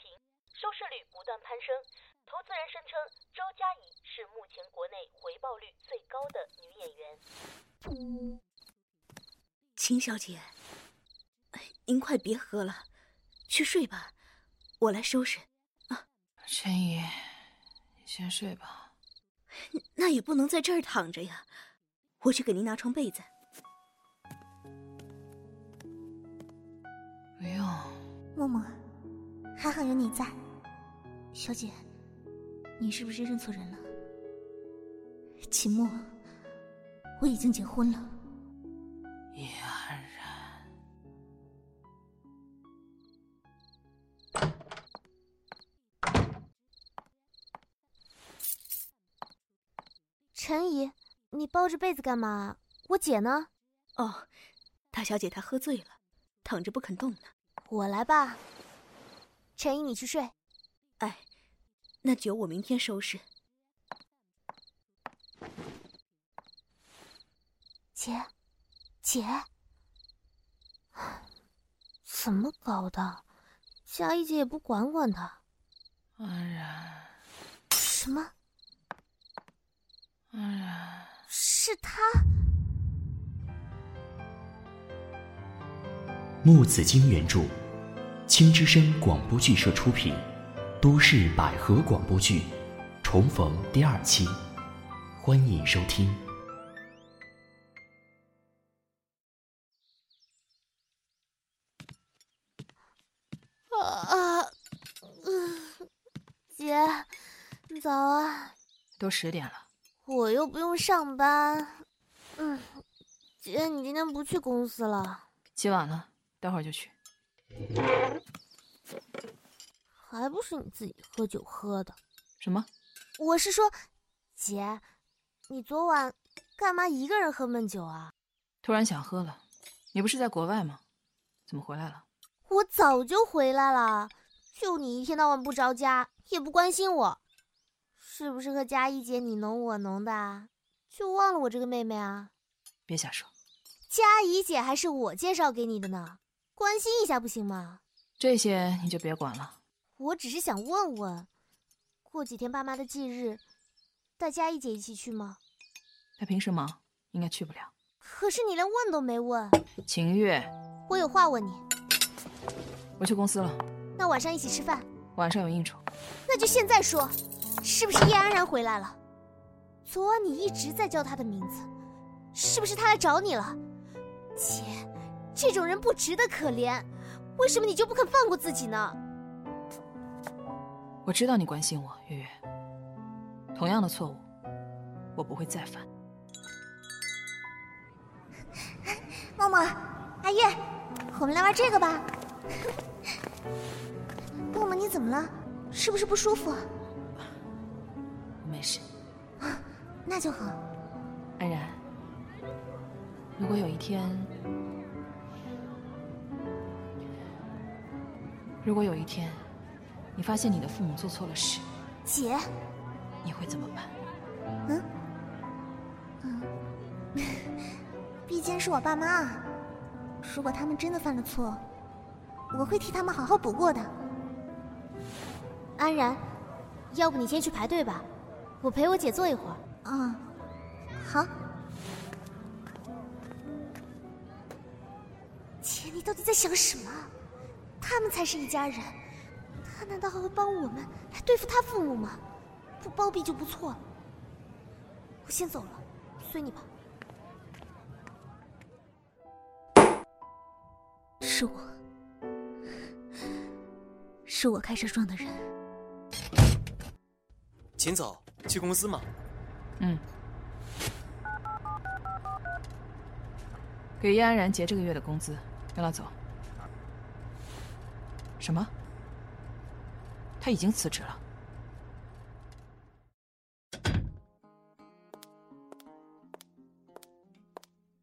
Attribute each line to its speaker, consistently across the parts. Speaker 1: 收视率不断攀升。投资人声称周佳怡是目前国内回报率最高的女演员。
Speaker 2: 秦小姐，哎您快别喝了，去睡吧，我来收拾。
Speaker 3: 陈怡，你先睡吧。
Speaker 2: 那也不能在这儿躺着呀，我去给您拿床被子。
Speaker 3: 不用，
Speaker 4: 默默，啊还好有你在。小姐，你是不是认错人了？秦墨，我已经结婚了。
Speaker 3: 叶安然，
Speaker 4: 陈姨，你抱着被子干嘛？我姐呢？
Speaker 2: 哦，大小姐她喝醉了，躺着不肯动呢。
Speaker 4: 我来吧。陈姨，你去睡。
Speaker 2: 哎，那酒我明天收拾。
Speaker 4: 姐，姐，怎么搞的？佳怡姐也不管管她。
Speaker 3: 安然，
Speaker 4: 什么？
Speaker 3: 安然，
Speaker 4: 是她？
Speaker 5: 木子金原著，青之声广播剧社出品，都市百合广播剧《重逢》第二期，欢迎收听。
Speaker 4: 啊，嗯姐，早啊！
Speaker 3: 都十点了，
Speaker 4: 我又不用上班。嗯，姐，你今天不去公司了？
Speaker 3: 起晚了，待会儿就去。
Speaker 4: 还不是你自己喝酒喝的？
Speaker 3: 什么？
Speaker 4: 我是说，姐，你昨晚干嘛一个人喝闷酒啊？
Speaker 3: 突然想喝了，你不是在国外吗？怎么回来了？
Speaker 4: 我早就回来了，就你一天到晚不着家，也不关心我，是不是和佳怡姐你侬我侬的啊，就忘了我这个妹妹啊？
Speaker 3: 别瞎说，
Speaker 4: 佳怡姐还是我介绍给你的呢，关心一下不行吗？
Speaker 3: 这些你就别管了。
Speaker 4: 我只是想问问，过几天爸妈的忌日，带佳怡姐一起去吗？
Speaker 3: 她平时忙，应该去不了。
Speaker 4: 可是你连问都没问，
Speaker 3: 秦月，
Speaker 4: 我有话问你。
Speaker 3: 我去公司了，
Speaker 4: 那晚上一起吃饭，
Speaker 3: 晚上有应酬。
Speaker 4: 那就现在说，是不是叶安然回来了？昨晚你一直在叫她的名字，是不是她来找你了？姐，这种人不值得可怜，为什么你就不肯放过自己呢？
Speaker 3: 我知道你关心我，月月。同样的错误，我不会再犯。
Speaker 4: 默默，阿月，我们来玩这个吧。 默默，你怎么了？是不是不舒服？
Speaker 3: 我没事。
Speaker 4: 那就好。
Speaker 3: 安然，如果有一天，如果有一天，你发现你的父母做错了事，
Speaker 4: 姐，
Speaker 3: 你会怎么办？
Speaker 4: 毕竟是我爸妈啊，如果他们真的犯了错，我会替他们好好补过的。安然，要不你先去排队吧，我陪我姐坐一会儿。嗯，好。姐，你到底在想什么？他们才是一家人，他难道还会帮我们来对付他父母吗？不包庇就不错了。我先走了，随你吧。
Speaker 2: 是我，是我开车撞的人。
Speaker 6: 秦总，去公司吗？
Speaker 3: 嗯，给叶安然结这个月的工资，让他走。什么？他已经辞职了？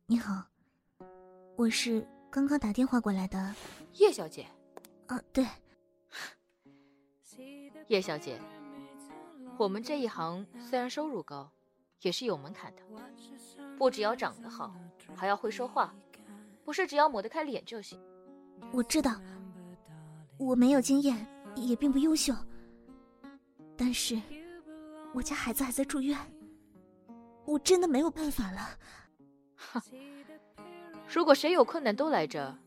Speaker 4: 你好，我是刚刚打电话过来的。
Speaker 7: 叶小姐，
Speaker 4: 啊，对，
Speaker 7: 叶小姐，我们这一行虽然收入高，也是有门槛的，不只要长得好，还要会说话，不是只要抹得开脸就行。
Speaker 4: 我知道，我没有经验，也并不优秀，但是我家孩子还在住院，我真的没有办法了。
Speaker 7: 如果谁有困难都来这儿，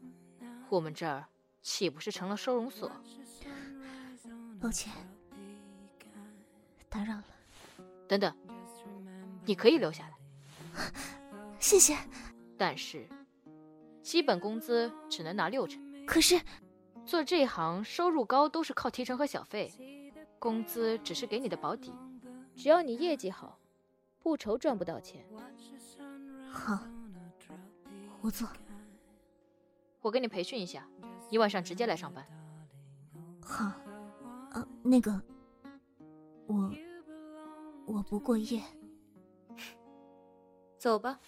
Speaker 7: 我们这儿岂不是成了收容所？
Speaker 4: 抱歉，打扰了，
Speaker 7: 等等，你可以留下来，
Speaker 4: 谢谢。
Speaker 7: 但是基本工资只能拿六成。
Speaker 4: 可是
Speaker 7: 做这一行收入高都是靠提成和小费，工资只是给你的保底。只要你业绩好，不愁赚不到钱。
Speaker 4: 好，我做。
Speaker 7: 我给你培训一下，你晚上直接来上班。
Speaker 4: 好，呃，那个，我我不过夜。
Speaker 7: 走 吧。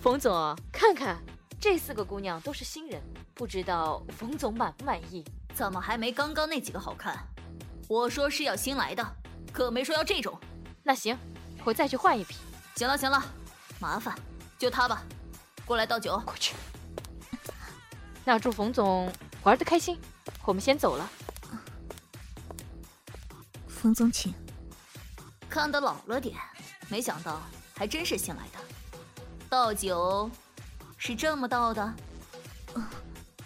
Speaker 7: 冯总啊，看看这四个姑娘都是新人，不知道冯总满不满意？
Speaker 8: 怎么还没刚刚那几个好看？我说是要新来的，可没说要这种。
Speaker 7: 那行，我再去换一批。
Speaker 8: 行了行了，麻烦，就她吧。过来倒酒，
Speaker 7: 过去。那祝冯总玩的开心，我们先走了。
Speaker 4: 冯总，请。
Speaker 8: 看得老了点，没想到还真是新来的。倒酒是这么倒的，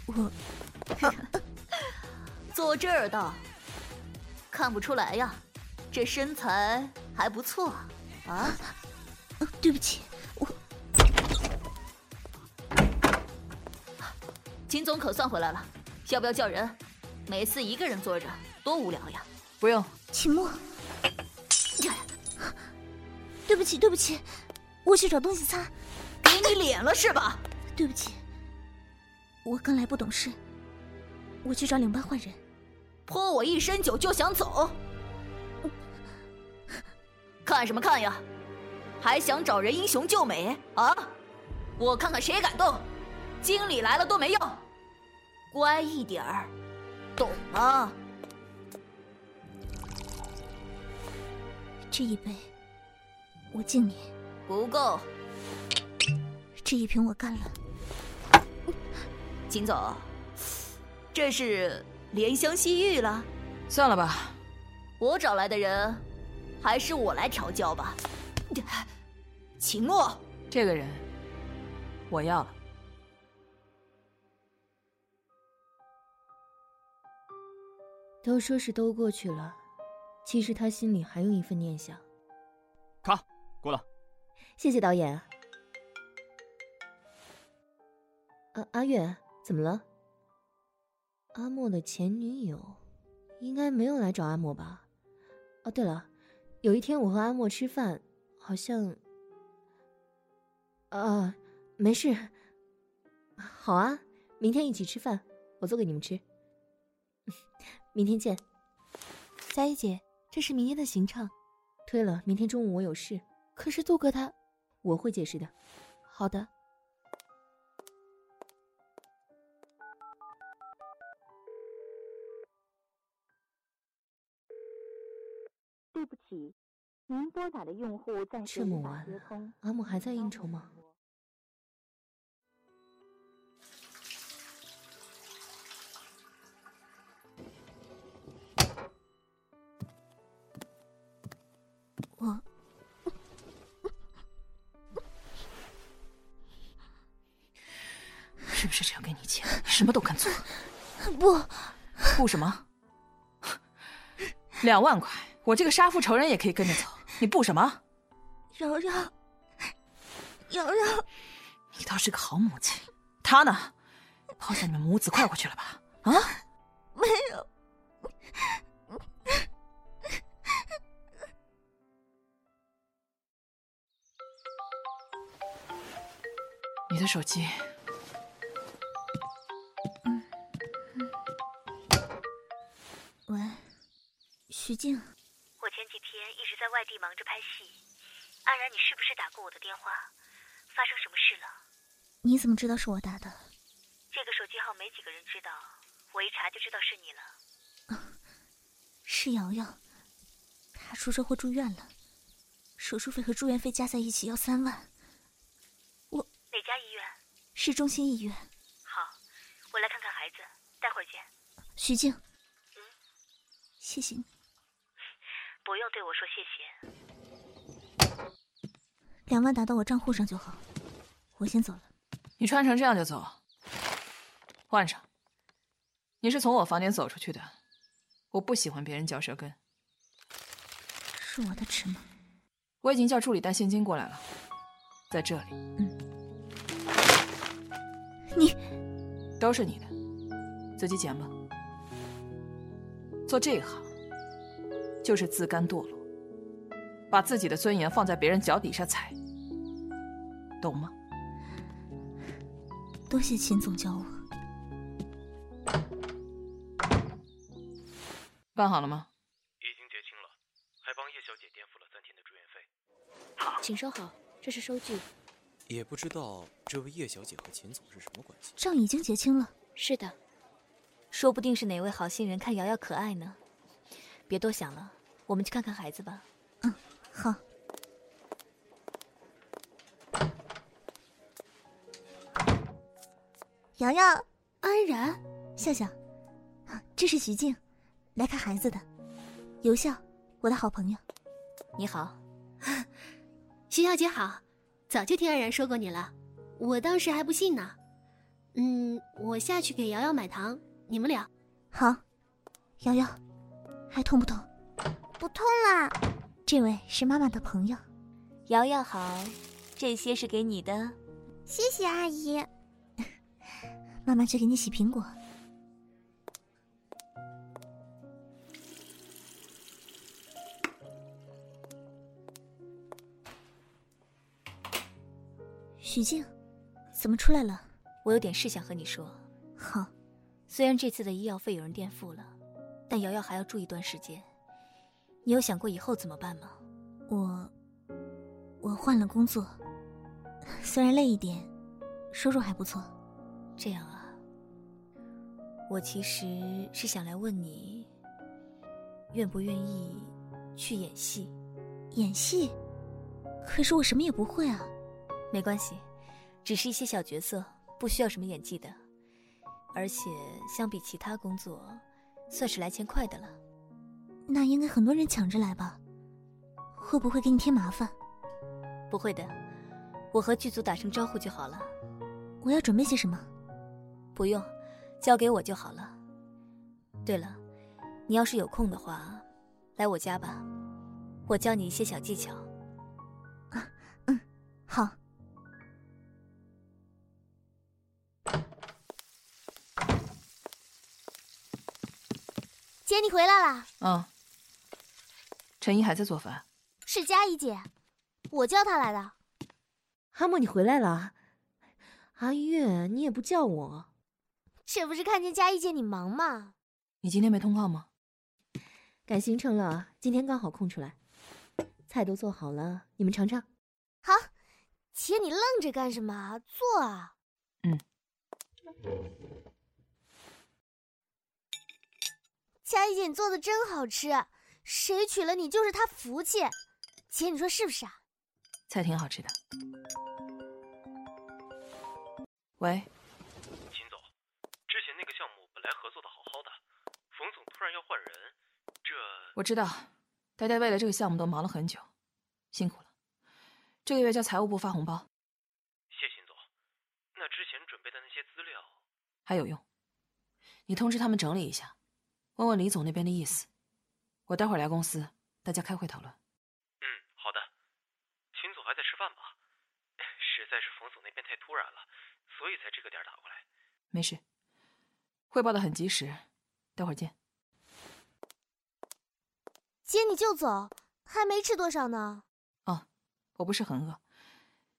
Speaker 4: 我
Speaker 8: 坐这儿倒，看不出来呀，这身材还不错啊啊！
Speaker 4: 呃对不起，
Speaker 8: 秦总可算回来了，要不要叫人？每次一个人坐着多无聊呀！
Speaker 3: 不用，
Speaker 4: 秦墨。对不起，对不起，我去找东西擦。
Speaker 8: 给你脸了是吧？
Speaker 4: 对不起，我刚来不懂事，我去找领班换人。
Speaker 8: 泼我一身酒就想走，看什么看呀？还想找人英雄救美啊？我看看谁敢动！经理来了都没用，乖一点儿，懂了。
Speaker 4: 这一杯，我敬你；
Speaker 8: 不够，
Speaker 4: 这一瓶我干了。
Speaker 8: 秦总，这是怜香惜玉了。
Speaker 3: 算了吧。
Speaker 8: 我找来的人，还是我来调教吧。秦墨，
Speaker 3: 这个人，我要了。
Speaker 9: 都说是都过去了，其实他心里还有一份念想。
Speaker 10: 卡，过来。
Speaker 9: 谢谢导演啊。呃，阿月，怎么了？阿莫的前女友应该没有来找阿莫吧？哦，对了，有一天我和阿莫吃饭，好像……啊，没事。好啊，明天一起吃饭，我做给你们吃。明天见，
Speaker 11: 佳怡姐，这是明天的行程。
Speaker 9: 推了，明天中午我有事，
Speaker 11: 可是杜哥他……
Speaker 9: 我会解释的。
Speaker 11: 好的。
Speaker 1: 对不起，您拨打的用户暂时
Speaker 9: 这么晚了，阿木还在应酬吗？
Speaker 4: 我
Speaker 3: 是不是只要给你钱，你什么都敢做？
Speaker 4: 不，
Speaker 3: 不什么？两万块，我这个杀父仇人也可以跟着走。你不什么？
Speaker 4: 瑶瑶，瑶瑶，
Speaker 3: 你倒是个好母亲。他呢？抛下你们母子快过去了吧？啊？
Speaker 4: 没有，
Speaker 3: 你的手机。
Speaker 4: 喂，徐静，
Speaker 1: 我前几天一直在外地忙着拍戏，安然，你是不是打过我的电话？发生什么事了？
Speaker 4: 你怎么知道是我打的？
Speaker 1: 这个手机号没几个人知道，我一查就知道是你了。
Speaker 4: 是瑶瑶，她出车祸住院了，手术费和住院费加在一起要三万。
Speaker 1: 哪家医院？
Speaker 2: 市中心医院。
Speaker 1: 好，我来看看孩子，待会儿见。
Speaker 2: 徐静，
Speaker 1: 嗯，
Speaker 2: 谢谢你。
Speaker 1: 不用对我说谢谢。
Speaker 2: 两万打到我账户上就好。我先走了。
Speaker 3: 你穿成这样就走？换上。你是从我房间走出去的，我不喜欢别人嚼舌根。
Speaker 2: 是我的尺码。
Speaker 3: 我已经叫助理带现金过来了，在这里。
Speaker 2: 你
Speaker 3: 都是你的，自己捡吧。做这一行就是自甘堕落，把自己的尊严放在别人脚底下踩，懂吗？
Speaker 2: 多谢秦总教我。
Speaker 3: 办好了吗？
Speaker 10: 已经结清了，还帮叶小姐垫付了三天的住院费。
Speaker 7: 请收好，这是收据。
Speaker 6: 也不知道这位叶小姐和秦总是什么关系。
Speaker 2: 账已经结清了。
Speaker 7: 是的，
Speaker 8: 说不定是哪位好心人看瑶瑶可爱呢。别多想了，我们去看看孩子吧。
Speaker 2: 嗯，好。
Speaker 4: 瑶瑶，
Speaker 2: 安然，笑笑，啊这是徐静，来看孩子的，尤笑，我的好朋友。
Speaker 8: 你好，
Speaker 12: 徐小姐好，早就听安然说过你了，我当时还不信呢。嗯，我下去给瑶瑶买糖，你们聊。
Speaker 2: 好，瑶瑶，还痛不痛？
Speaker 4: 不痛啦。
Speaker 2: 这位是妈妈的朋友，
Speaker 8: 瑶瑶好，这些是给你的，
Speaker 4: 谢谢阿姨。
Speaker 2: 妈妈去给你洗苹果。许静，怎么出来了？
Speaker 8: 我有点事想和你说。
Speaker 2: 好，
Speaker 8: 虽然这次的医药费有人垫付了，但瑶瑶还要住一段时间。你有想过以后怎么办吗？
Speaker 2: 我，我换了工作，虽然累一点，收入还不错。
Speaker 8: 这样啊，我其实是想来问你，愿不愿意去演戏？
Speaker 2: 演戏？可是我什么也不会啊。
Speaker 8: 没关系，只是一些小角色，不需要什么演技的。而且相比其他工作，算是来钱快的了。
Speaker 2: 那应该很多人抢着来吧？会不会给你添麻烦？
Speaker 8: 不会的，我和剧组打声招呼就好了。
Speaker 2: 我要准备些什么？
Speaker 8: 不用，交给我就好了。对了，你要是有空的话，来我家吧，我教你一些小技巧。
Speaker 2: 啊，嗯，好。
Speaker 4: 姐，你回来啦？
Speaker 3: 嗯。陈一还在做饭。
Speaker 4: 是佳怡姐，我叫她来的。
Speaker 9: 阿莫，你回来了。阿月，你也不叫我。
Speaker 4: 这不是看见佳怡姐你忙吗？
Speaker 3: 你今天没通告吗？
Speaker 9: 改行程了，今天刚好空出来，菜都做好了，你们尝尝。
Speaker 4: 好，姐你愣着干什么？做啊。
Speaker 3: 嗯。
Speaker 4: 佳怡姐，你做的真好吃，谁娶了你就是他福气。姐，你说是不是啊？
Speaker 3: 菜挺好吃的。喂，
Speaker 10: 秦总，之前那个项目本来合作的好好的，冯总突然要换人，这
Speaker 3: 我知道，大家为了这个项目都忙了很久，辛苦了。这个月叫财务部发红包，
Speaker 10: 谢秦总。那之前准备的那些资料
Speaker 3: 还有用。你通知他们整理一下，问问李总那边的意思。我待会儿来公司，大家开会讨论。
Speaker 10: 嗯，好的。秦总还在吃饭吧？ 实在是冯总那边太突然了。所以才这个点打过来，
Speaker 3: 没事，汇报的很及时，待会儿见。
Speaker 4: 姐，你就走，还没吃多少呢。
Speaker 3: 哦，我不是很饿。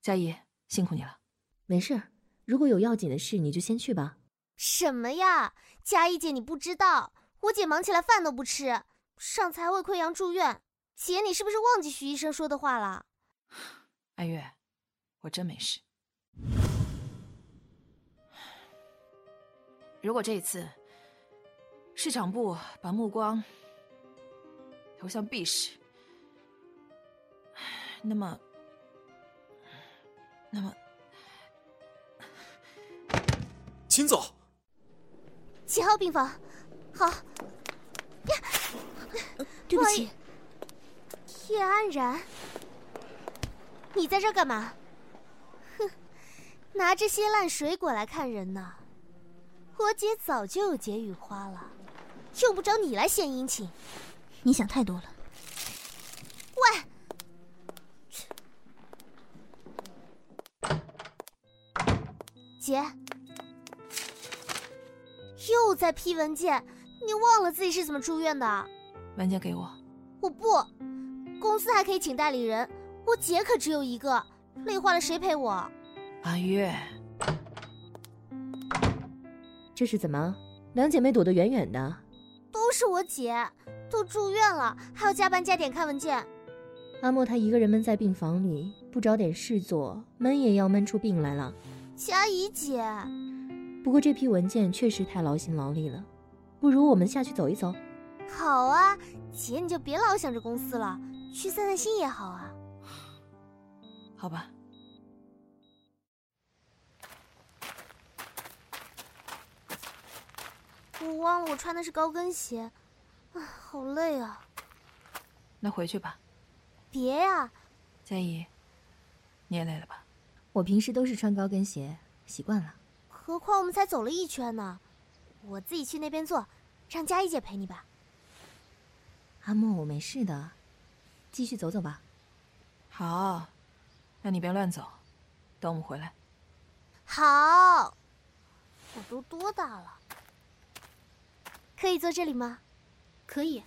Speaker 3: 佳怡，辛苦你了。
Speaker 9: 没事，如果有要紧的事，你就先去吧。
Speaker 4: 什么呀，佳怡姐，你不知道，我姐忙起来饭都不吃，上次还胃溃疡住院。姐，你是不是忘记徐医生说的话了？
Speaker 3: 爱月，我真没事。如果这一次市场部把目光投向 B 市，那么，那么，
Speaker 6: 秦总，
Speaker 4: 几号病房？好。呀，
Speaker 2: 对不起。
Speaker 4: 叶安然，你在这儿干嘛？哼，拿这些烂水果来看人呢。我姐早就有解语花了，用不着你来献殷勤。
Speaker 2: 你想太多了。
Speaker 4: 喂。姐，又在批文件，你忘了自己是怎么住院的？
Speaker 3: 文件给我。
Speaker 4: 我不，公司还可以请代理人，我姐可只有一个，累坏了谁陪我？
Speaker 3: 阿月，
Speaker 9: 这是怎么？两姐妹躲得远远的。
Speaker 4: 都是我姐，都住院了，还要加班加点看文件。
Speaker 9: 阿莫她一个人闷在病房里，不找点事做，闷也要闷出病来了。
Speaker 4: 佳怡姐，
Speaker 9: 不过这批文件确实太劳心劳力了，不如我们下去走一走。
Speaker 4: 好啊，姐你就别老想着公司了，去散散心也好啊。
Speaker 3: 好吧。
Speaker 4: 我忘了我穿的是高跟鞋，啊，好累啊。
Speaker 3: 那回去吧。
Speaker 4: 别呀、啊，
Speaker 3: 佳怡，你也累了吧？
Speaker 9: 我平时都是穿高跟鞋，习惯了。
Speaker 4: 何况我们才走了一圈呢，我自己去那边坐，让佳怡姐陪你吧。
Speaker 9: 阿莫，我没事的，继续走走吧。
Speaker 3: 好，那你别乱走，等我们回来。
Speaker 4: 好，我都多大了？可以坐这里吗？
Speaker 12: 可以。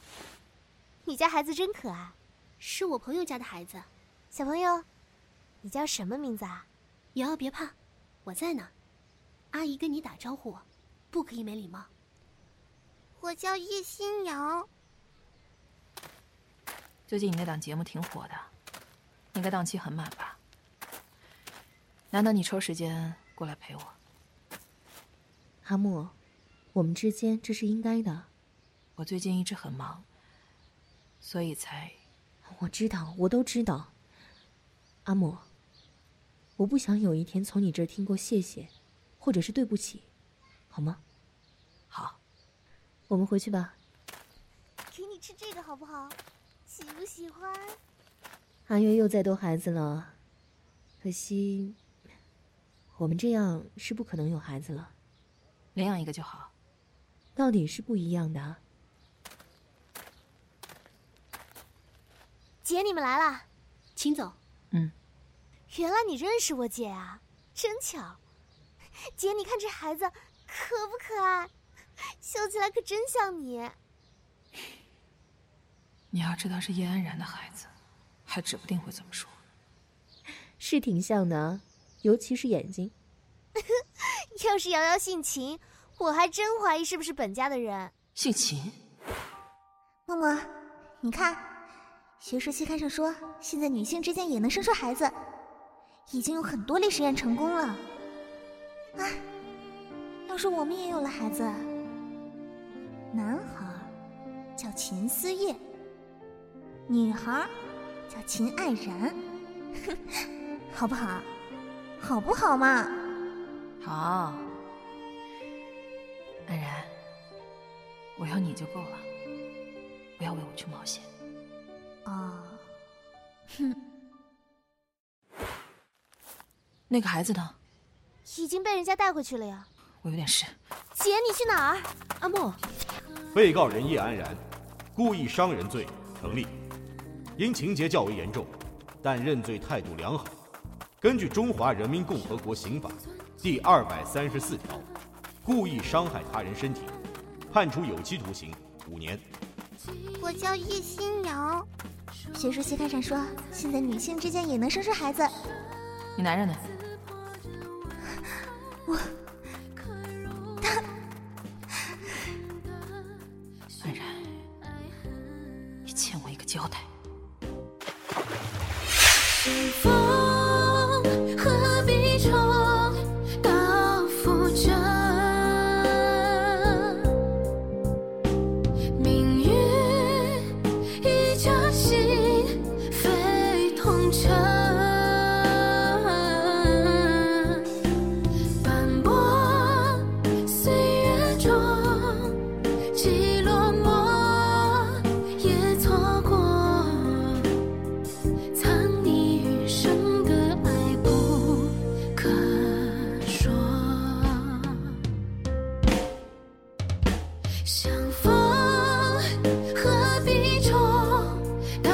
Speaker 4: 你家孩子真可爱，
Speaker 12: 是我朋友家的孩子。
Speaker 4: 小朋友，你叫什么名字啊？
Speaker 12: 瑶瑶，别怕，我在呢。阿姨跟你打招呼，不可以没礼貌。
Speaker 13: 我叫叶新瑶。
Speaker 3: 最近你那档节目挺火的，应该档期很满吧？难得你抽时间过来陪我。
Speaker 9: 阿木，我们之间这是应该的。
Speaker 3: 我最近一直很忙，所以才……
Speaker 9: 我知道，我都知道。阿木。我不想有一天从你这儿听过谢谢，或者是对不起，好吗？
Speaker 3: 好，
Speaker 9: 我们回去吧。
Speaker 4: 给你吃这个好不好？喜不喜欢？
Speaker 9: 阿月又在逗孩子了，可惜我们这样是不可能有孩子了。
Speaker 3: 领养一个就好，
Speaker 9: 到底是不一样的。啊
Speaker 4: 姐，你们来了，
Speaker 12: 请走。
Speaker 3: 嗯。
Speaker 4: 原来你认识我姐啊，真巧！姐，你看这孩子可不可爱？笑起来可真像你。
Speaker 3: 你要知道是叶安然的孩子，还指不定会怎么说。
Speaker 9: 是挺像的、啊，尤其是眼睛。
Speaker 4: 要是瑶瑶姓秦，我还真怀疑是不是本家的人。
Speaker 3: 姓秦？
Speaker 13: 默默，你看，学术期刊上说，现在女性之间也能生出孩子。已经有很多例实验成功了，啊！要是我们也有了孩子，男孩叫秦思叶，女孩叫秦爱然， 好不好？好不好嘛？
Speaker 3: 好，安然，我有你就够了，不要为我去冒险。
Speaker 13: 哦，哼。
Speaker 3: 那个孩子呢？
Speaker 4: 已经被人家带回去了呀。
Speaker 3: 我有点事。
Speaker 4: 姐，你去哪儿？
Speaker 9: 阿莫，
Speaker 14: 被告人叶安然，故意伤人罪成立，因情节较为严重，但认罪态度良好。根据《中华人民共和国刑法》第二百三十四条，故意伤害他人身体，判处有期徒刑五年。
Speaker 13: 我叫叶新瑶。学术期刊上说，现在女性之间也能生出孩子。
Speaker 3: 你男人呢？
Speaker 13: 我，他，
Speaker 3: 安然，你欠我一个交代。
Speaker 15: 风何必重蹈覆辙？命运依旧心非同尘。
Speaker 7: 相逢何必重蹈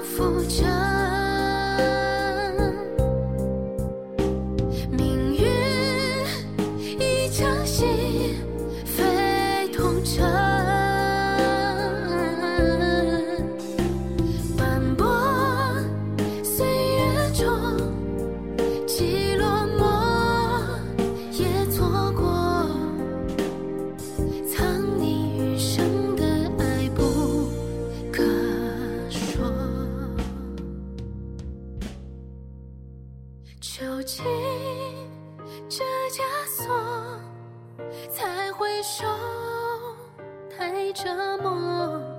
Speaker 7: 覆辙？命运一场戏，非同尘。斑驳岁月中，既落寞，也错过。藏你余生的爱不可说，究竟这枷锁才会受太折磨。